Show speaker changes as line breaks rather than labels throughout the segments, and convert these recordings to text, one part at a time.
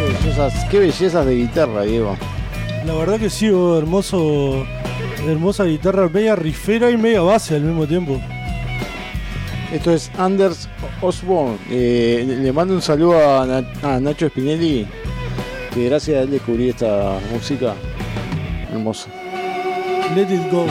bellezas, qué bellezas de guitarra, Diego.
La verdad que sí, oh, hermoso, hermosa guitarra, media rifera y media base al mismo tiempo.
Esto es Anders Osborne. Eh, le mando un saludo a, Na- a Nacho Spinelli, que gracias a él descubrí esta música hermosa.
Let it go.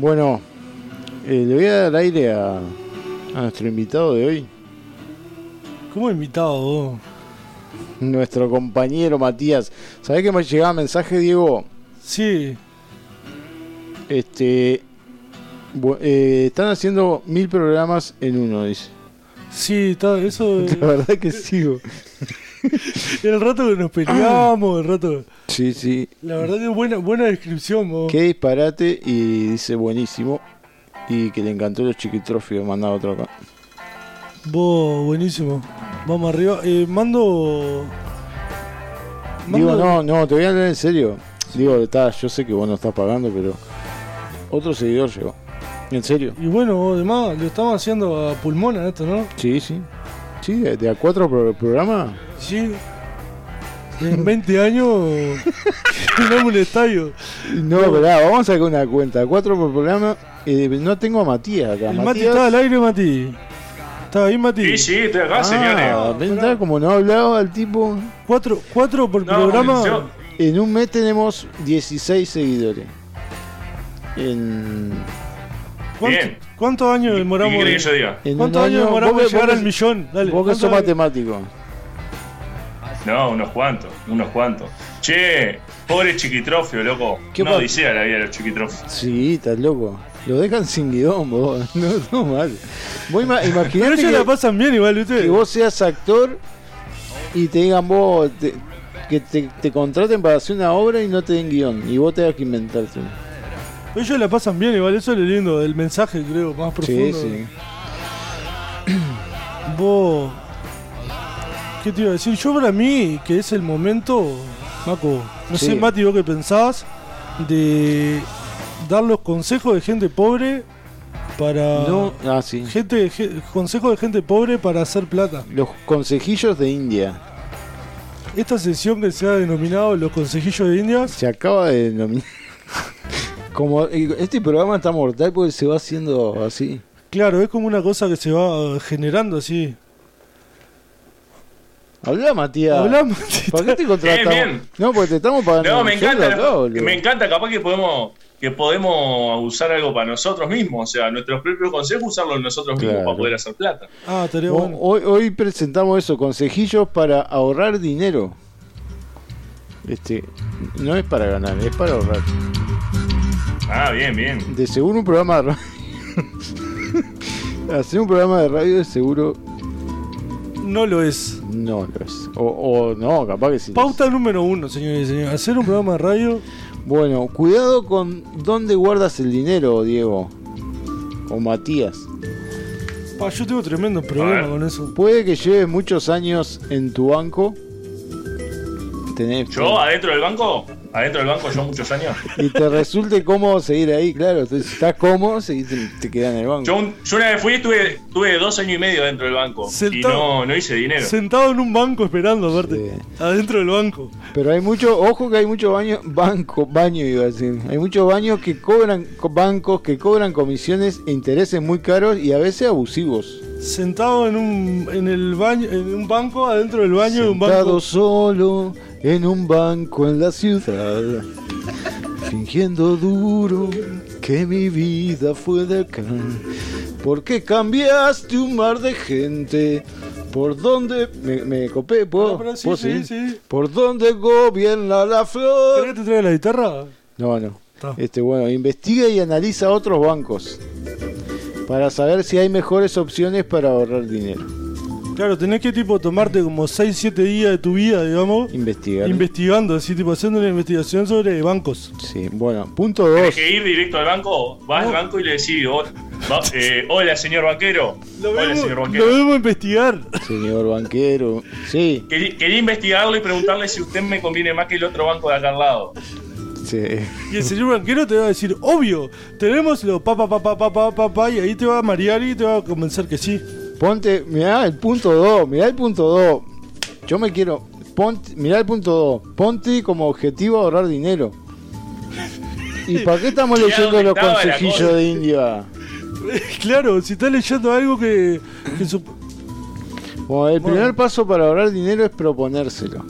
Bueno, eh, le voy a dar aire a, a nuestro invitado de hoy,
¿Cómo invitado vos?
nuestro compañero Matías. ¿Sabés que me llegaba mensaje, Diego?
Sí,
Este, bu- eh, están haciendo mil programas en uno, dice.
sí, está- eso.
La verdad que sigo.
el rato que nos peleamos, el rato.
Sí, sí.
La verdad que buena, buena descripción, vos.
Qué disparate y dice buenísimo. Y que le encantó los chiquitrofios, mandado otro acá.
Vos, buenísimo. Vamos arriba. Eh, mando.
Digo, no, no, te voy a hablar en serio. Digo, está, yo sé que vos no estás pagando, pero otro seguidor llegó. ¿En serio?
Y bueno, además, lo estamos haciendo a pulmón a esto, ¿no?
Sí, sí. Sí, de, de a cuatro pro- programas.
Sí. En 20 años. llenamos el estadio.
No, verdad, vamos a sacar una cuenta. Cuatro por programa. Eh, no tengo a Matías acá.
El Mati está al aire, Mati. ¿Está ahí, Mati?
Sí, sí, estoy acá, señores.
Ah, ¿verdad? Como no hablaba el tipo.
Cuatro, cuatro por
No,
programa.
yo-
En un mes tenemos 16 seguidores. En,
¿Cuánto-
Bien.
¿Cuántos años
¿Qué
demoramos?
quiere que yo diga?
en
¿Cuántos
un
años
año-
demoramos
vos
en
que-
llegar
vos
al
que-
millón?
Vos
Dale.
que
¿cuántos
sos
años?
matemático.
No, unos cuantos, unos cuantos. Che, pobre chiquitrofio, loco.
¿Qué
no
pa-
odisea la vida de los chiquitrofios.
Sí, estás loco. Lo dejan sin guión, vos. No, no mal. Voy ma-
Pero
imaginate
ellos la
que,
pasan bien igual, ustedes.
que vos seas actor y te digan vos te- que te, te contraten para hacer una obra y no te den guión. Y vos tengas que inventarte.
Ellos la pasan bien igual, eso es lo lindo, el mensaje creo, más
Sí,
profundo.
sí.
Vos. ¿Qué te iba a decir? Yo para mí, que es el momento, Maco, no
Sí.
sé, Mati, vos qué pensabas, de dar los consejos de gente pobre para.
No, ah, sí.
Gente, ge- consejos de gente pobre para hacer plata.
Los consejillos de India.
Esta sesión que se ha denominado Los Consejillos de Indias.
Se acaba de denominar. Como este programa está mortal porque se va haciendo así.
Claro, es como una cosa que se va eh, generando así.
Habla, Matías.
Hablamos.
¿Para qué te contratamos?
Bien, bien.
No, porque te estamos pagando.
No,
un
me
sueldo
encanta,
acá,
loco.
boludo.
me encanta, capaz que podemos que podemos usar algo para nosotros mismos, o sea, nuestros propios consejos usarlos nosotros mismos
Claro.
para poder hacer plata.
Ah, estaría
Ho-
bueno.
Hoy, hoy presentamos eso, consejillos para ahorrar dinero. Este, no es para ganar, es para ahorrar.
Ah, bien, bien.
De seguro un programa de radio. Hacer un programa de radio de seguro
No lo es.
no lo es. O, o no, capaz que sí. lo es.
Pauta número uno, señores y señores. Hacer un programa de radio.
Bueno, cuidado con dónde guardas el dinero, Diego. O Matías.
Pa, yo tengo tremendo
A
problema
ver.
con eso.
Puede que lleves muchos años en tu banco. Tenés
Yo adentro del banco, adentro del banco yo muchos años.
y te resulte cómodo seguir ahí, claro. Entonces, si estás cómodo, seguís, te, te quedás en el banco.
Yo, un- yo una vez fui, tuve, tuve dos años y medio dentro del banco y
Sentado.
no, no hice dinero.
Sentado en un banco esperando, aparte. Adentro del banco.
Pero hay mucho, ojo que hay muchos baños, banco, baño iba a decir. Hay muchos baños que cobran, co- bancos que cobran comisiones e intereses muy caros y a veces abusivos.
Sentado en un, en el baño, en un banco, adentro del baño de un
Sentado
banco.
solo en un banco en la ciudad, fingiendo duro que mi vida fue de acá. Porque cambiaste un mar de gente? ¿Por dónde me, me copé? ¿Puedo,
No, Ah, pero sí,
puedo
sí,
seguir?
sí.
¿Por dónde gobierna la
¿Querés que
flor?
te traiga la guitarra?
No, no.
Está.
Este, bueno, investiga y analiza otros bancos para saber si hay mejores opciones para ahorrar dinero.
Claro, tenés que tipo tomarte como 6, 7 días de tu vida, digamos,
Investigar.
investigando, así tipo haciendo una investigación sobre bancos.
sí, bueno, punto
Tienes
2.
que ir directo al banco, vas al banco y le decís, "Oh, va- eh, hola señor banquero.
Lo
hola
vemos,
señor
lo
banquero.
vemos investigar.
Señor banquero. Sí,
Quería, quería investigarlo y preguntarle si usted me conviene más que el otro banco de acá al lado.
sí.
Y el señor banquero te va a decir, obvio, tenemos los pa pa pa pa pa pa pa pa", y ahí te va a marear y te va a convencer que sí.
Ponte, mirá el punto 2, mirá el punto 2. Yo me quiero. Ponte, mirá el punto 2. Ponte como objetivo ahorrar dinero. ¿Y para qué estamos
Mirá
leyendo
dónde
los
estaba la
consejillos
cosa.
de India?
claro, si estás leyendo algo que, que sup-
Bueno, el
Bueno.
primer paso para ahorrar dinero es proponérselo.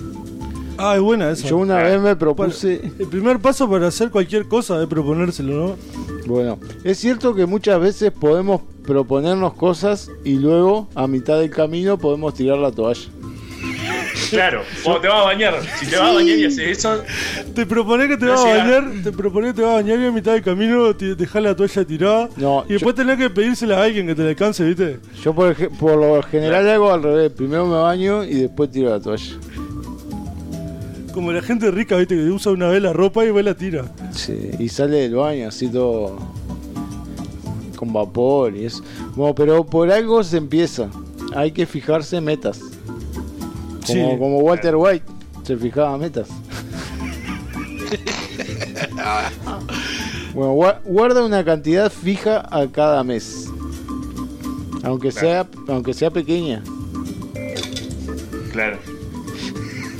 Ah, es buena esa.
Yo una vez me
Para-
propuse.
El primer paso para hacer cualquier cosa es proponérselo, ¿no?
Bueno, es cierto que muchas veces podemos proponernos cosas y luego, a mitad del camino, podemos tirar la toalla.
Claro, cuando te vas a bañar, si te vas a bañar y haces eso,
Te propones que te
No
vas a
llega.
bañar, te propones que te vas a bañar y a mitad del camino te dejás la toalla tirada.
No,
y después tenés que pedírsela a alguien que te la alcance, ¿viste?
Yo, por, ej- por lo general, hago al revés. Primero me baño y después tiro la toalla.
Como la gente rica, ¿viste? Que usa una vez la ropa y va y la tira.
Sí, y sale del baño así todo con vapor y eso. Bueno, pero por algo se empieza. Hay que fijarse metas. Como,
Sí.
como Walter White se fijaba metas. bueno, gua- guarda una cantidad fija a cada mes. Aunque sea, aunque sea pequeña.
claro.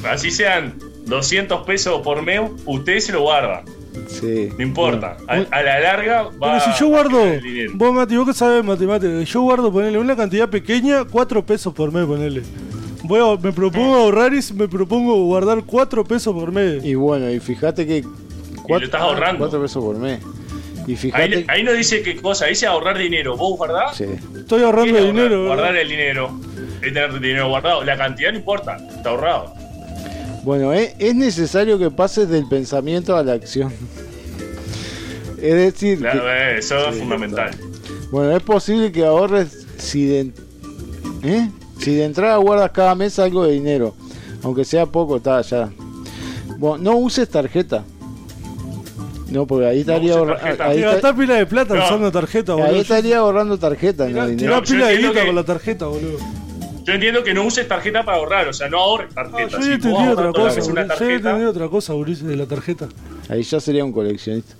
Así sean 200 pesos por mes, usted se lo guarda.
Sí.
No importa. A, a la larga va
Pero si yo
a
guardo,
tener el dinero.
vos Mati, vos que sabes matemáticas, yo guardo, ponele una cantidad pequeña, 4 pesos por mes, ponele. Voy a- me
Eh.
propongo ahorrar y me propongo guardar 4 pesos por mes.
Y bueno, y fíjate que. cuatro- ah,
estás ahorrando.
Cuatro pesos por mes. Y fíjate.
Ahí, ahí no dice qué cosa, dice ahorrar dinero. ¿Vos guardás?
Sí.
Estoy
¿Qué
ahorrando
es ahorrar?
dinero.
Guardar el dinero. Es tener tu dinero guardado. La cantidad no importa, está ahorrado.
Bueno, e- es necesario que pases del pensamiento a la acción. Es decir,
Claro,
que-
eh, eso es fundamental.
bueno, es posible que ahorres si de, en- ¿eh? si de entrada guardas cada mes algo de dinero, aunque sea poco, está ya. Bueno, no uses tarjeta. No, porque ahí estaría,
uses
ahorra-
tarjeta.
ahí
Te
está-
gastás pila de plata
No.
usando tarjeta,
ahí
boludo.
estaría ahorrando tarjeta, no
Tirá,
dinero.
tirá
No, yo
pila de
entiendo
guita
que-
con la tarjeta, boludo.
Yo entiendo que no uses tarjeta para ahorrar, o sea, no ahorres
Ah,
tarjeta.
yo
Si
he
vos
entendido
ahorrás
otra
toda
cosa,
vez una
boludo. Yo he
tarjeta,
entendido otra cosa, Mauricio, de la tarjeta.
Ahí ya sería un coleccionista.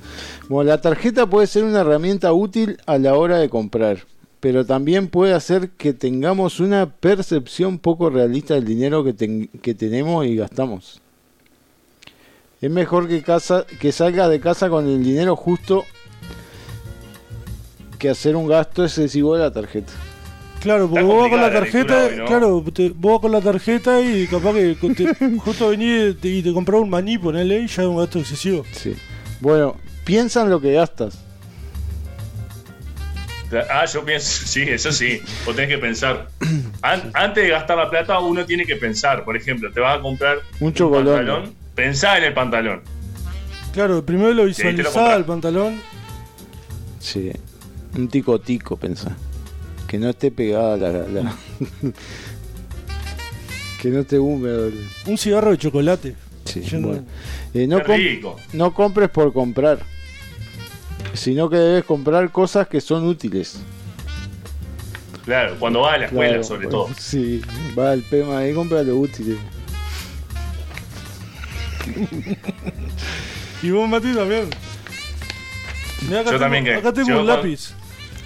Bueno, la tarjeta puede ser una herramienta útil a la hora de comprar, pero también puede hacer que tengamos una percepción poco realista del dinero que, ten- que tenemos y gastamos. Es mejor que, casa, que salgas de casa con el dinero justo que hacer un gasto excesivo de la tarjeta.
Claro, porque
Está
vos vas con la
complicada la
tarjeta,
lectura hoy, ¿no?
claro, te- vos vas con la tarjeta y capaz que con- te- justo venís te- y te comprás un maní, ponele, y ya es un gasto excesivo.
Sí. Bueno, piensa en lo que gastas.
Ah, yo pienso, sí, eso sí. Vos tenés que pensar. An- antes de gastar la plata, uno tiene que pensar. Por ejemplo, te vas a comprar
Un chocolate.
pantalón. Pensá en el pantalón.
Claro, primero lo
te lo
visualizás
comprás.
el pantalón.
Sí. Un tico tico, pensá. Que no esté pegada la. la- que no esté húmedo. el-
Un cigarro de chocolate.
Sí,
Yo no-
bueno. Eh, no,
Qué
com-
rico.
no compres por comprar. Sino que debes comprar cosas que son útiles.
Claro, cuando vas a la escuela,
Claro,
sobre
bueno,
todo.
Sí, va al PEMA ahí, compra lo útil.
Y vos, Mati, también. Mirá, acá
Yo también
tengo-
que-
Acá tengo
yo
un
cuando-
lápiz.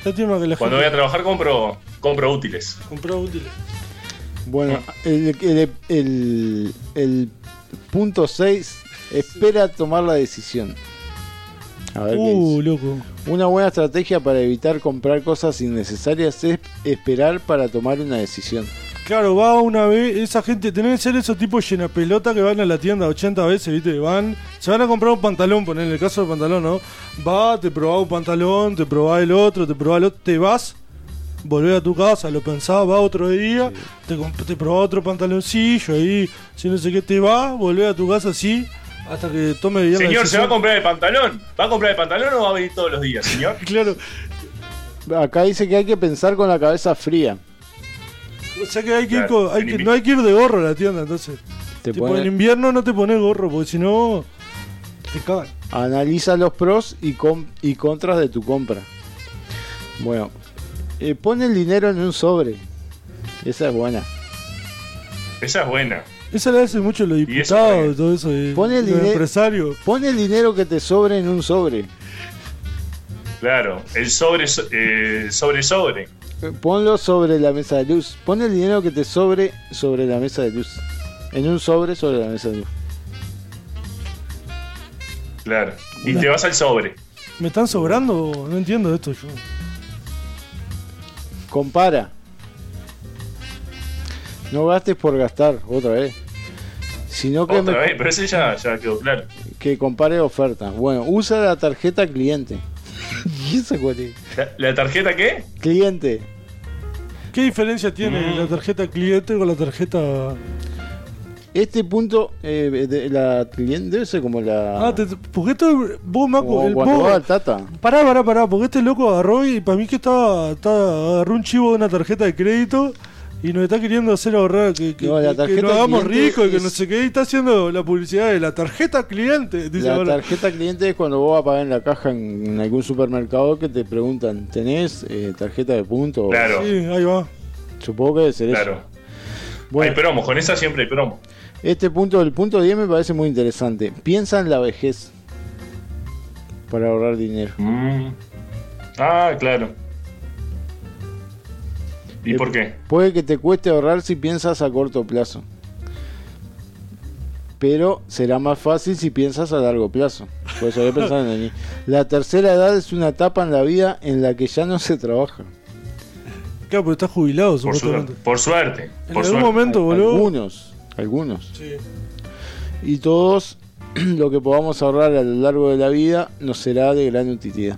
Lástima que la
Cuando voy a
gente
trabajar, compro, compro útiles.
compró útiles.
Bueno,
Ah.
el, el- el- el punto 6, espera tomar la decisión. A ver qué dice.
Uh, loco.
Una buena estrategia para evitar comprar cosas innecesarias es esperar para tomar una decisión.
Claro, va una vez, esa gente, tenés que ser esos tipos llena pelota que van a la tienda 80 veces, viste, van, se van a comprar un pantalón, poner en el caso del pantalón, ¿no? Va, te probás un pantalón, te probás el otro, te probás el otro, te vas, volvés a tu casa, lo pensás, va otro día, te, comp- te probás otro pantaloncillo ahí, si no sé qué, te vas, volvés a tu casa así, hasta que tome bien la
Señor, ¿se va a
decisión.
comprar el pantalón? ¿Va a comprar el pantalón o va a venir todos los días, señor?
Claro,
Acá dice que hay que pensar con la cabeza fría.
O sea que, hay que, ir
Claro,
con- hay
en
que-
invierno.
no hay que ir de gorro a la tienda, entonces.
Te
Tipo,
pone-
en invierno no te pones gorro, porque si no. Te cagan.
Analiza los pros y, com- y contras de tu compra. Bueno, eh, pon el dinero en un sobre. Esa es buena.
Esa es buena.
Esa la hacen mucho los
Y eso
diputados
también.
y todo eso. Y
Pon el
los
dinero-
empresarios.
Pon el dinero que te sobre en un sobre.
Claro. El sobre, eh, sobre, sobre.
Eh, Ponlo sobre la mesa de luz. Pon el dinero que te sobre sobre la mesa de luz. En un sobre sobre la mesa de luz.
Claro. Y te vas al sobre.
¿Me están sobrando? No entiendo esto yo.
Compara. No gastes por gastar otra vez. Sino que,
Otra
me-
vez, pero ese ya, ya quedó claro.
que compare ofertas. Bueno, usa la tarjeta cliente. ¿Y esa cuál es?
¿La, la tarjeta qué?
Cliente.
¿Qué diferencia tiene
Mm.
la tarjeta cliente con la tarjeta.
Este punto, eh, de- la cliente debe ser como la.
Ah, te, porque esto. Vos, Maco,
como
el
cuando
vos-
va al Tata.
Pará, pará, pará, porque este loco agarró y para mí que estaba, estaba- agarró un chivo de una tarjeta de crédito y nos está queriendo hacer ahorrar que, que,
No, la
que- que
tarjeta
nos hagamos
cliente
ricos y que
es-
no sé qué, y está haciendo la publicidad de la tarjeta cliente, dice
La
ahora.
tarjeta cliente es cuando vos vas a pagar en la caja en, en algún supermercado que te preguntan, ¿tenés eh, tarjeta de punto?
Claro,
Sí, ahí va.
Supongo que debe ser eso.
claro.
Bueno,
Hay promos, con esa siempre hay promos.
este punto, el punto 10 me parece muy interesante. Piensa en la vejez para ahorrar dinero.
Mm. Ah, claro. ¿Y
Eh,
por qué?
Puede que te cueste ahorrar si piensas a corto plazo. Pero será más fácil si piensas a largo plazo. Por eso voy a pensar en allí. La tercera edad es una etapa en la vida en la que ya no se trabaja.
Claro, pero está jubilado,
Por
supuestamente.
suerte. Por suerte.
En
Por
algún
suerte.
momento, boludo.
Algunos, algunos.
Sí.
Y todos lo que podamos ahorrar a lo largo de la vida nos será de gran utilidad.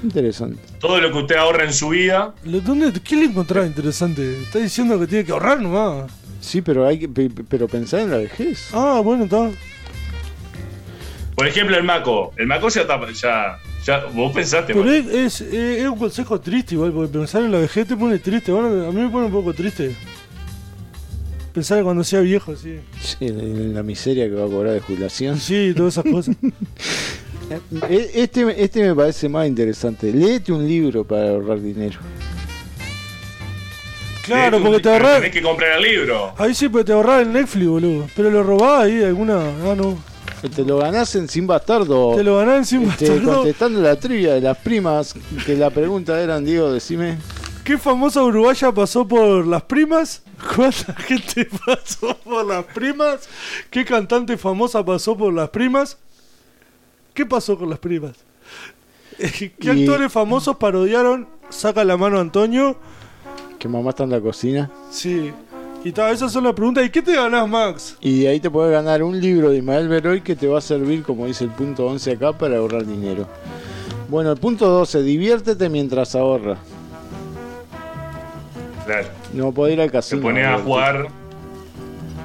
Interesante.
Todo lo que usted ahorra en su vida.
Lo- ¿Dónde, ¿Qué le encontrás interesante? Está diciendo que tiene que ahorrar nomás.
Sí, pero hay que pe- pe- pero pensar en la vejez.
Ah, bueno, está.
Por ejemplo, el Maco. El Maco ya está. Ya, ya, vos pensaste,
Pero
Maco.
es, es, es- es un consejo triste igual, porque pensar en la vejez te pone triste. Bueno, a mí me pone un poco triste. Pensar en cuando sea viejo, sí.
Sí, en- en la miseria que va a cobrar de jubilación.
Sí, todas esas cosas.
E- Este, este me parece más interesante. Léete un libro para ahorrar dinero.
claro,
Tenés
porque te
que- pero
ahorrás.
Eh, Tenés que comprar el libro.
Ahí sí, pero te ahorrás el Netflix, boludo. Pero lo robás ahí, alguna. Ah, no.
Te lo ganás en Sin Bastardo.
Te lo ganás encima,
Este,
bastardo.
contestando la trivia de las primas, que la pregunta eran, Diego, decime.
¿Qué famosa uruguaya pasó por las primas? ¿Cuánta gente pasó por las primas? ¿Qué cantante famosa pasó por las primas? ¿Qué pasó con las primas? Eh, ¿Qué
Y-
actores famosos parodiaron Saca la mano Antonio?
Que mamá está en la cocina.
Sí. Y todas esas son las preguntas. ¿Y qué te ganás, Max?
Y de ahí te puedes ganar un libro de Ismael Beroy que te va a servir, como dice el punto 11 acá, para ahorrar dinero. Bueno, el punto 12, diviértete mientras ahorras.
Claro.
No puedo ir al
Te
casino.
pones a
Roberto.
jugar.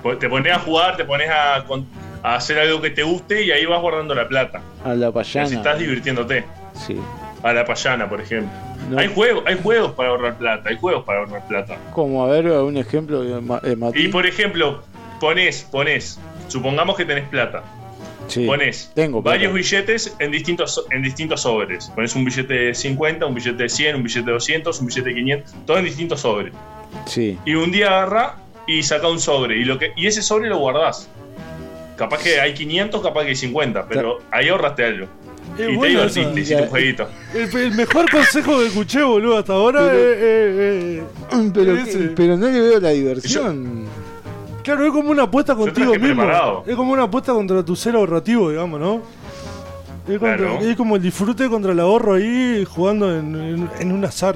po- Te pones a jugar, te pones a, con- a hacer algo que te guste y ahí vas guardando la plata.
A la
Y así estás
payana.
divirtiéndote.
Sí.
A la payana, por ejemplo.
No.
Hay, juegos, hay juegos para ahorrar plata. Hay juegos para ahorrar plata.
Como a ver, un ejemplo de Ma- eh, Mati.
Y por ejemplo, pones, pones, supongamos que tenés plata,
Sí.
pones
Tengo plata.
varios billetes en distintos, so- en distintos sobres. Pones un billete de 50, un billete de 100, un billete de 200, un billete de 500, todo en distintos sobres.
Sí.
Y un día agarra y saca un sobre y, lo que, y ese sobre lo guardás. Capaz que hay 500, capaz que hay 50, pero ahí ahorraste algo.
Es
y te
buena
divertiste,
esa.
hiciste
Ya.
un jueguito.
El, el mejor consejo que escuché, boludo, hasta ahora
Pero-
es- es- es-
Mm, Pero,
Ese.
que- pero no le veo la diversión.
Claro, es como una apuesta contigo
traje
mismo.
preparado.
Es como una apuesta contra tu ser ahorrativo, digamos, ¿no? Es, contra-
Claro.
es como el disfrute contra el ahorro ahí jugando en, en- en un azar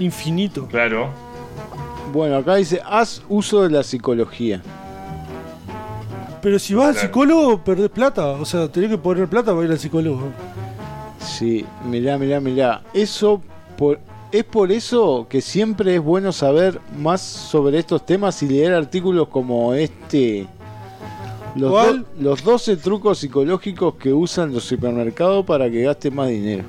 infinito.
Claro.
Bueno, acá dice, haz uso de la psicología.
Pero si vas al
Claro.
psicólogo, perdés plata. O sea, tenés que poner plata para ir al psicólogo.
Sí, mirá, mirá, mirá. Eso por, es por eso que siempre es bueno saber más sobre estos temas y leer artículos como este. Los,
¿Cuál?
do- los 12 trucos psicológicos que usan los supermercados para que gastes más dinero.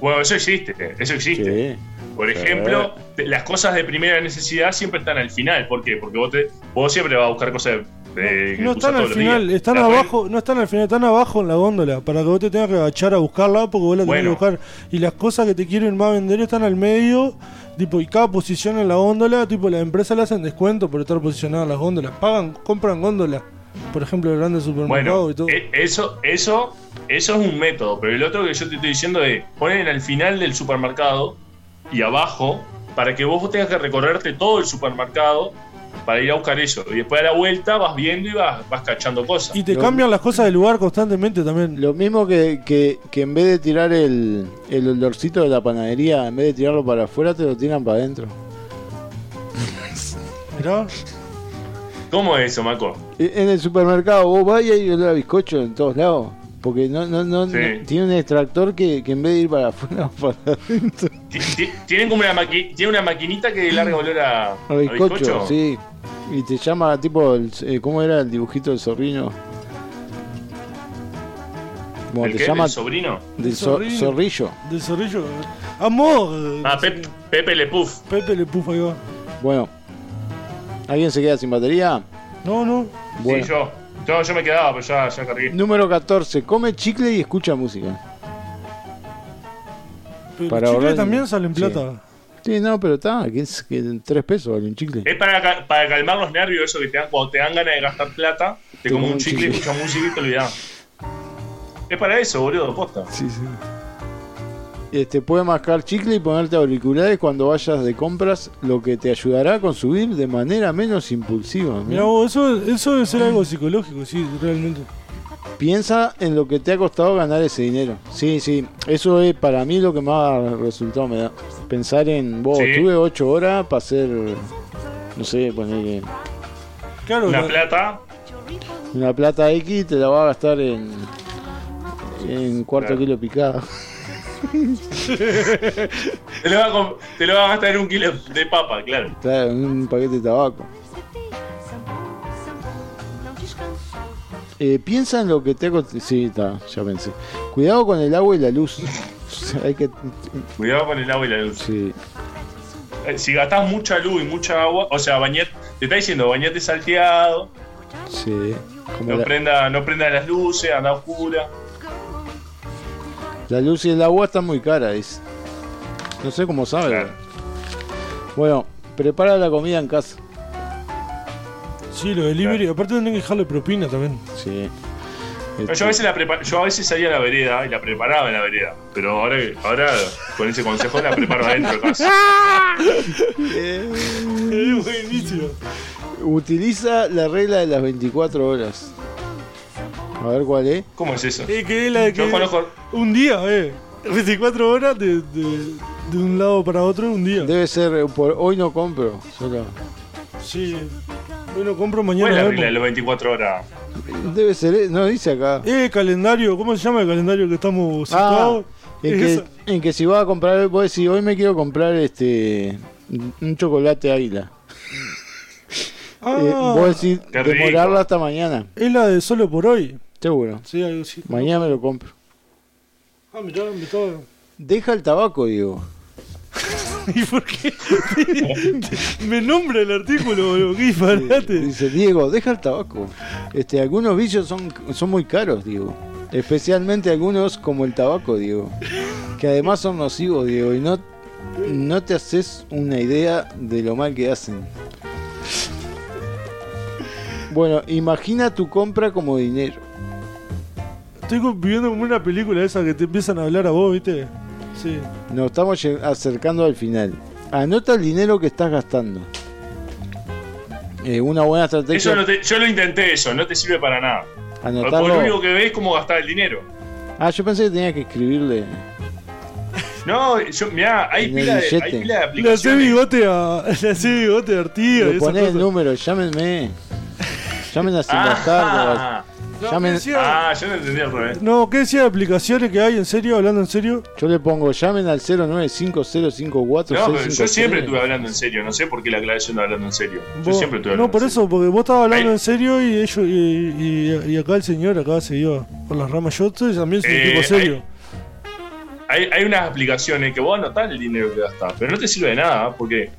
Bueno, eh, eso existe, eso existe.
Sí.
Por ejemplo, te- las cosas de primera necesidad siempre están al final. ¿Por qué? Porque vos, te- vos siempre vas a buscar cosas de, eh, que
No
usás
están al
todos los días.
final, están
La re-
abajo, no están al final, están abajo en la góndola, para que vos te tengas que agachar a buscarla, porque vos la tenés
Bueno.
que buscar. Y las cosas que te quieren más vender están al medio, tipo, y cada posición en la góndola, tipo, las empresas le hacen descuento por estar posicionadas en las góndolas, pagan, compran góndolas, por ejemplo, de grandes supermercados
Bueno,
y todo.
e- eso, eso, eso es un método, pero el otro que yo te estoy diciendo es ponen al final del supermercado y abajo para que vos tengas que recorrerte todo el supermercado para ir a buscar eso. Y después a la vuelta vas viendo y vas, vas cachando cosas.
y te
lo-
cambian las cosas de lugar constantemente también.
Lo mismo que, que, que en vez de tirar el, el olorcito de la panadería, en vez de tirarlo para afuera, te lo tiran para adentro.
Mirá,
¿Cómo es eso, Maco?
E- En el supermercado vos vas y hay olor a bizcocho en todos lados. Porque no, no, no,
Sí.
no- tiene un extractor que, que en vez de ir para afuera, va para adentro.
Ti- ti- Tienen como una, maqui- tiene una maquinita que larga olor a, a
A bizcocho, sí. Y te llama tipo, el- eh, ¿cómo era el dibujito del zorrino? Como
¿El
te
qué?
llama
¿El sobrino?
del zor-
Zorrillo.
zorrillo.
del zorrillo. Amor.
Ah, Pep- Pepe Le Puff.
Pepe le pufa ahí va.
Bueno, ¿alguien se queda sin batería?
No, no.
Bueno.
Sí, yo. yo. yo me quedaba, pero ya, ya cargué.
Número 14. Come chicle y escucha música.
Pero
Para
chicle
ahorrar-
también salen
sí.
plata.
Sí, no, pero está. que es- que en 3 pesos vale un chicle.
Es para, ca- para calmar los nervios, eso que te dan, cuando te dan ganas de gastar plata, te comes un chicle, escuchas música y te olvidás. Es para eso, boludo, posta.
Sí, sí. Este, puedes mascar chicle y ponerte auriculares cuando vayas de compras, lo que te ayudará a consumir de manera menos impulsiva.
Mirá vos, eso, eso debe ser algo psicológico, sí, realmente.
Piensa en lo que te ha costado ganar ese dinero. Sí, sí, eso es para mí lo que más resultado me da. Pensar en, vos,
Sí.
tuve 8 horas para hacer, no sé, poner
Claro,
Una
la-
plata,
una plata X, te la vas a gastar en, en cuarto
Claro.
kilo picado.
te lo, va a com- te lo va a gastar en un kilo de papa, claro.
Claro, un paquete de tabaco. Eh, piensa en lo que te ha cost- Sí, está, ya pensé. Cuidado con el agua y la luz. Hay que.
Cuidado con el agua y la luz.
Sí.
Eh, Si gastás mucha luz y mucha agua, o sea, bañate, te está diciendo, bañate salteado,
Sí. Como
no
la,
prenda, no prenda las luces, anda oscura.
la luz y el agua están muy caras. dice. No sé cómo sabe.
Claro.
Bueno, prepara la comida en casa.
sí, lo delivery. Aparte tienen que dejarle propina también.
Sí. Este,
No, Yo a, veces la prepa- yo a veces salía a la vereda y la preparaba en la vereda, pero ahora, ahora con ese consejo la preparo adentro de casa.
Es buenísimo.
Utiliza la regla de las 24 horas. A ver cuál es.
¿Cómo es eso?
Es que es la de que
Yo conozco-
un día, eh. 24 horas de, de, de un lado para otro, un día.
Debe ser eh, por hoy no compro. Solo.
Sí. Bueno, compro
¿Cuál es
mañana.
la
vemos.
regla de las 24 horas?
Debe ser, eh, no dice acá.
Eh, calendario, ¿cómo se llama el calendario que estamos
Ah,
situados?
en,
Es
que,
esa.
en que si vas a comprar, vos decís, hoy me quiero comprar este un un chocolate águila.
Ah,
Eh, vos decís,
Qué rico.
demorarlo hasta mañana,
es la de solo por hoy.
seguro.
Sí, algo así.
Mañana me lo compro.
Ah, mirá, me estaba-
Deja el tabaco, digo.
¿Y por qué? me nombra el artículo, boludo. Qué disparate.
Dice, Diego, deja el tabaco. Este, algunos vicios son, son muy caros, digo. Especialmente algunos como el tabaco, digo. Que además son nocivos, digo, y no, no te haces una idea de lo mal que hacen. Bueno, imagina tu compra como dinero.
Estoy con- viviendo como una película esa que te empiezan a hablar a vos, ¿viste? Sí.
Nos estamos lle- acercando al final. Anota el dinero que estás gastando. Eh, una buena
Eso no
estrategia.
te- yo lo intenté eso, no te sirve para nada. Porque lo único
Anotarlo.
que ves es cómo gastar el dinero.
Ah, yo pensé que tenía que escribirle.
No, yo, mirá, hay
En
pila
el
de,
billete.
hay pila de
Le hace
aplicaciones.
bigote a. Le hace bigote a
Le
Artigas. y esas
ponés el
cosas.
número, llámenme. Llamen a Sin Bastardo.
Ah,
No,
llamen-
¿qué decía?
ah, yo no entendí al revés.
No, ¿qué decía de aplicaciones que hay en serio? Hablando en serio.
Yo le pongo llamen al 095054.
No, pero yo siempre estuve hablando en serio, no sé por qué la aclaración no hablando en serio. Yo
Vos-
siempre estuve hablando
No, por
en serio.
eso, porque vos estabas hablando
Ahí.
en serio y ellos y, y- y acá el señor acá se iba por las ramas. Yo estoy- también soy un
Eh,
tipo serio.
hay, hay unas aplicaciones que vos anotás el dinero que gastás, pero no te sirve de nada, porque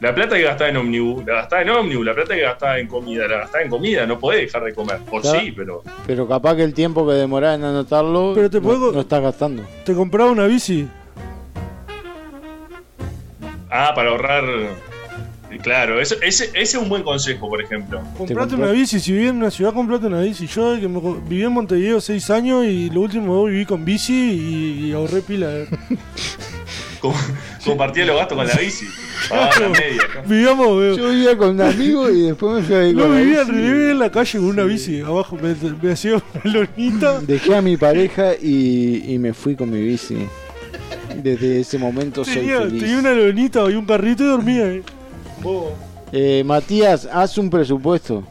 la plata que gastás en ómnibus, la gastás en ómnibus, la plata que gastás en comida, la gastás en comida, no podés dejar de comer. O
Claro.
sí, pero
Pero capaz que el tiempo que demorás en anotarlo
Pero te
no-
puedo-
no, estás gastando.
Te compraba una bici.
Ah, para ahorrar. Eh, Claro, eso- ese, ese es un buen consejo, por ejemplo.
Comprate
compras-
una bici, si vivís en una ciudad, comprate una bici. Yo eh, que me co- viví en Montevideo seis años y lo último que hago, viví con bici y, y ahorré pila. eh.
Com- Compartía los gastos con la bici. Pagaba la media. ¿no?
Vivíamos, eh, weón.
Yo vivía con un amigo y después me fui a ir
No
con la
vivía,
bici.
vivía en la calle con una bici abajo, me, me hacía una lonita.
Dejé a mi pareja y, y me fui con mi bici. Desde ese momento soy
Tenía,
feliz.
tenía una lonita y un carrito y dormía. eh.
Eh, Matías, haz un presupuesto.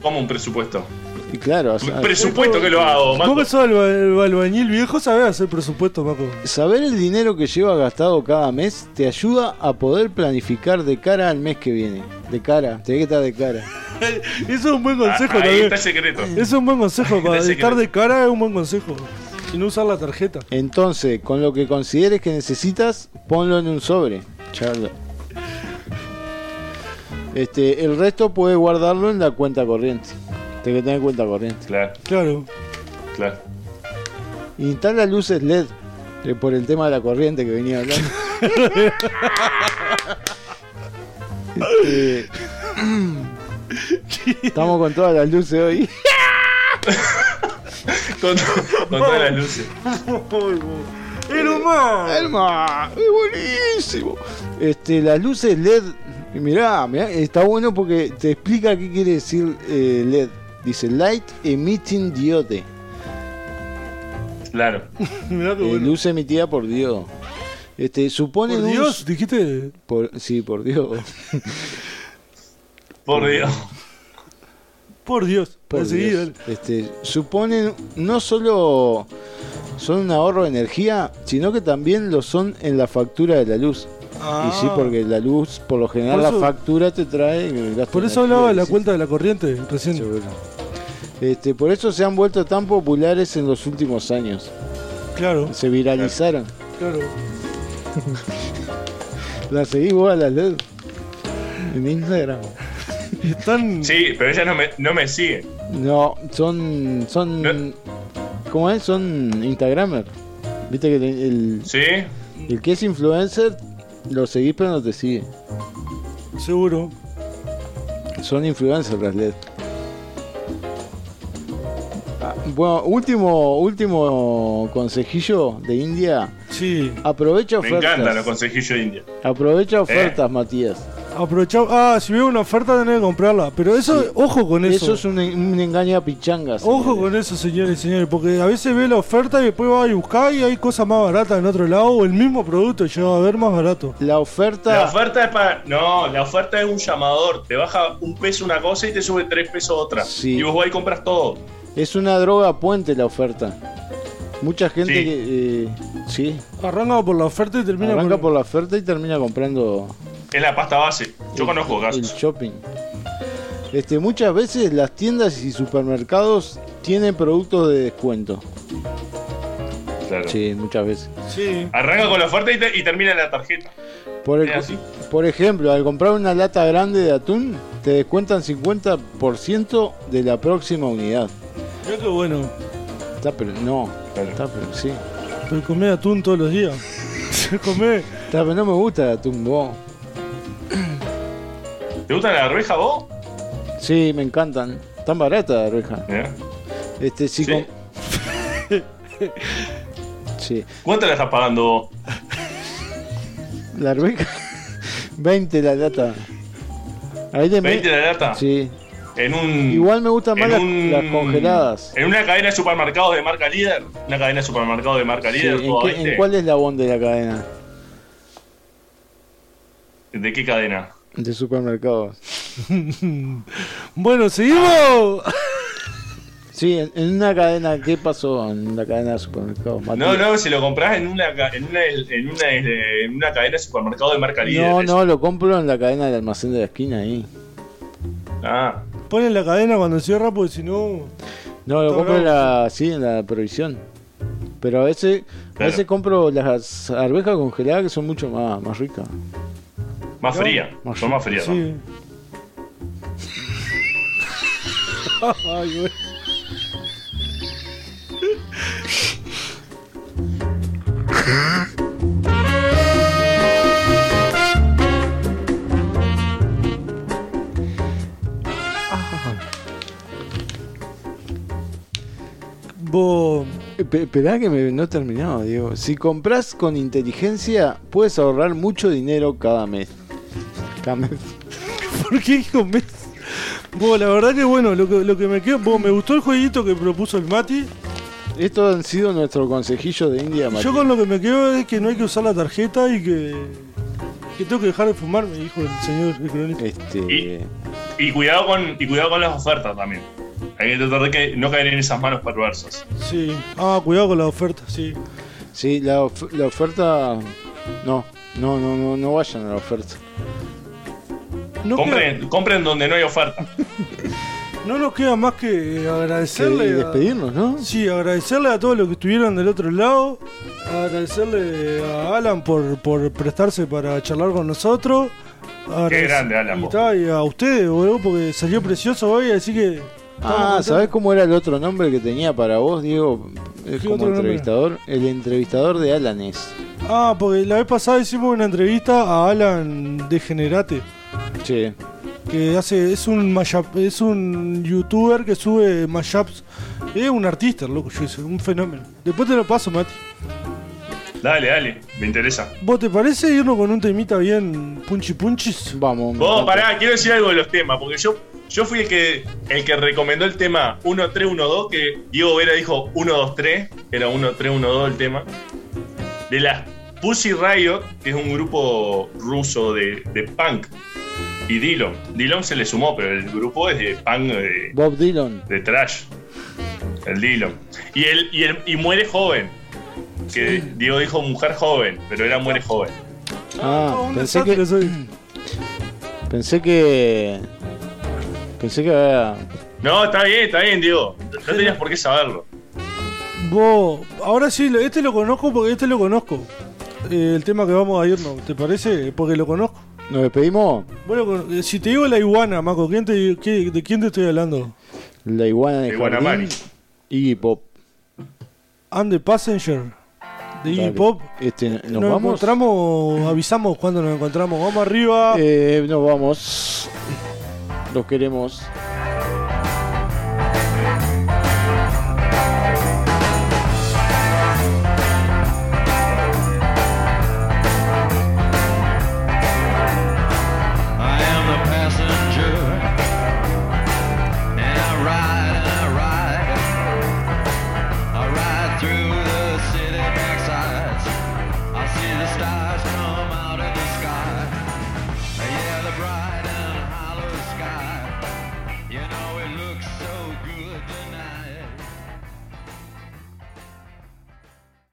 Como un presupuesto.
Y claro, o
Un
sea,
presupuesto que lo
Vos
hago,
que
Marco.
sos alba- alba- albañil viejo, sabés hacer presupuesto, Paco.
saber el dinero que lleva gastado cada mes te ayuda a poder planificar de cara al mes que viene. De cara, tenés que estar de cara.
Eso es un buen
Ah,
consejo
Ahí
también.
está el secreto.
Eso es un buen consejo, para
Pensé que
estar
no.
de cara es un buen consejo. Y no usar la tarjeta.
Entonces, con lo que consideres que necesitas, ponlo en un sobre. Charla. Este, el resto puedes guardarlo en la cuenta corriente. Tenés que tener cuenta corriente.
Claro,
Claro.
claro.
Instala luces LED eh, por el tema de la corriente que venía hablando. Este, estamos con todas las luces hoy.
Con, con todas las luces.
¡Era humano!
¡Alma! ¡Es buenísimo! Este, las luces LED. y Mirá, mirá, está bueno porque te explica qué quiere decir eh, LED. Dice Light Emitting Diode.
Claro.
Mirá qué
eh,
bueno.
luz emitida por diodo. Este, supone
Por
un-
Dios, dijiste.
por- sí, por Dios.
Por Dios.
Por Dios.
Por
Seguí,
Dios.
dale.
Pues Este, suponen no solo son un ahorro de energía, sino que también lo son en la factura de la luz.
Ah.
Y sí, porque la luz, por lo general,
Por eso-
la factura te trae el gasto
Por
de
eso
energía,
hablaba de la
sí,
cuenta de la corriente recién.
seguro. Este, por eso se han vuelto tan populares en los últimos años.
Claro,
Se viralizaron.
claro.
La seguís vos a la luz en Instagram.
Están.
Sí, pero ella no me, no me sigue.
No, son. son
No.
¿Cómo es? Son Instagramer. Viste que el- el,
¿Sí?
El que es influencer, lo seguís pero no te sigue.
Seguro.
Son influencers las LED. Ah, Bueno, último, último consejillo de India.
Sí.
Aprovecha
Me
ofertas.
encantan los Eh. consejillos de India.
Aprovecha ofertas, Matías.
Aprovechar. Ah, si veo una oferta, tenés que comprarla. Pero eso, ojo con eso.
Eso es un, un engaño a pichangas.
Ojo con eso, señores y señores, porque a veces ve la oferta y después va y buscar y hay cosas más baratas en otro lado o el mismo producto llega a ver más barato.
La oferta.
La oferta es para. No, la oferta es un llamador. Te baja un peso una cosa y te sube tres pesos otra.
Sí.
Y vos vas y compras todo.
Es una droga puente la oferta. Mucha gente
Sí.
que. eh, sí.
Arranca por la oferta y termina
Arranca
por...
por la oferta y termina comprando
Es la pasta base. Yo conozco
el
casos.
shopping. Este, muchas veces las tiendas y supermercados tienen productos de descuento.
Claro.
Sí, muchas veces.
Sí.
Arranca con la oferta y, te- y termina en la tarjeta.
Por, el-
Es así.
por ejemplo, al comprar una lata grande de atún, te descuentan 50% de la próxima unidad.
Mira qué bueno.
Está, pero no.
Claro.
Está, pero sí.
Pero comé atún todos los días. Se comé.
Está, pero no me gusta el atún, vos.
¿Te gusta la arveja vos?
Sí, me encantan. Tan barata la reja.
Mirá.
Este, sí.
Sí.
com- sí.
¿Cuánto la estás pagando vos?
La arveja. 20 la lata. Ahí te
¿20
me-
la lata?
Sí.
En un.
Igual me gustan más
en
las,
un-
las congeladas.
En una cadena de supermercados de marca líder. Una cadena de supermercados de marca
Sí,
líder.
¿en,
todo,
qué-
¿viste?
en cuál es la bond de la cadena?
¿De qué cadena?
De supermercados.
Bueno, seguimos.
Sí, en, en una cadena. ¿Qué pasó en la cadena de supermercados?
No,
Matías?
no, si lo compras en una, ca- en una, en una, en una cadena de supermercados de marca líder.
No,
es-
no, lo compro en la cadena del almacén de la esquina ahí.
Ah,
Ponen la cadena cuando cierra porque si no.
No, lo
Está
compro en
bravo.
la, sí, en la provisión. Pero a veces, a
Claro.
veces compro las arvejas congeladas que son mucho más, más ricas.
Más fría.
Más-
Son más frías. ¿no?
Sí. Ay, güey. Bo-
Espe- Esperá que me, no he terminado, Diego. Si compras con inteligencia, puedes ahorrar mucho dinero cada mes. Cada mes.
¿Por qué hijo me- Bo, la verdad que bueno, lo que, lo que me quedó, bo, me gustó el jueguito que propuso el Mati.
Estos han sido nuestro consejillo de India, Mati.
Yo con lo que me quedo es que no hay que usar la tarjeta y que, que tengo que dejar de fumar, me dijo el señor el cronista.
Este,
Y cuidado con, y cuidado con las ofertas también. Hay que tratar de que no caer en esas manos perversas.
Sí. Ah, cuidado con la oferta, sí.
sí, la, of- la oferta... No, no, no, no, no vayan a la oferta.
No, queda-
Compren, compren donde no hay oferta.
no nos queda más que
Que- y
agradecerle. a-
despedirnos, ¿no?
Sí, agradecerle a todos los que estuvieron del otro lado. Agradecerle a Alan por, por prestarse para charlar con nosotros. Agrade-
grande, Alan,
Y,
vos.
ta, y a ustedes, boludo, porque salió precioso hoy, así que.
Ah, ¿sabés cómo era el otro nombre que tenía para vos, Diego? eh,
¿Qué
Como
otro nombre?
entrevistador. El entrevistador de Alanes.
Ah, porque la vez pasada hicimos una entrevista a Alan Degenerate.
Sí.
que hace es un mashup- es un youtuber que sube mashups. Es un artista, loco, yo sé, un fenómeno. Después te lo paso, Mati.
Dale, dale, me interesa.
¿Vos te parece irnos con un temita bien punchi punchis?
Vamos. me
Vos,
encanta.
pará, quiero decir algo de los temas, porque yo, yo fui el que, el que recomendó el tema 1312, que Diego Vera dijo 123, era 1312 el tema, de las Pussy Riot, que es un grupo ruso de, de punk, y Dillon. Dillon se le sumó, pero el grupo es de punk de,
Bob Dylan.
de trash, el Dillon. Y, el, y, el- y muere joven, que Diego dijo mujer joven, pero era muere joven.
Ah,
Ah,
un
pensé
desastre
que,
soy.
pensé que. Pensé que ah, había.
No, está bien, está bien, Diego. No tenías por qué saberlo.
Vos, ahora sí, lo- este lo conozco porque este lo conozco. Eh, el tema que vamos a irnos, ¿te parece? Porque lo conozco.
Nos despedimos.
Bueno, con- eh, si te digo la iguana, Maco, ¿quién te- qué- ¿de quién te estoy hablando?
La iguana de
De Guanamani.
Y Pop.
And the Passenger, de Iggy
Dale.
Pop.
Este, ¿Nos,
Nos,
vamos?
encontramos, avisamos cuando nos encontramos. Vamos arriba.
Eh, nos vamos. Los queremos.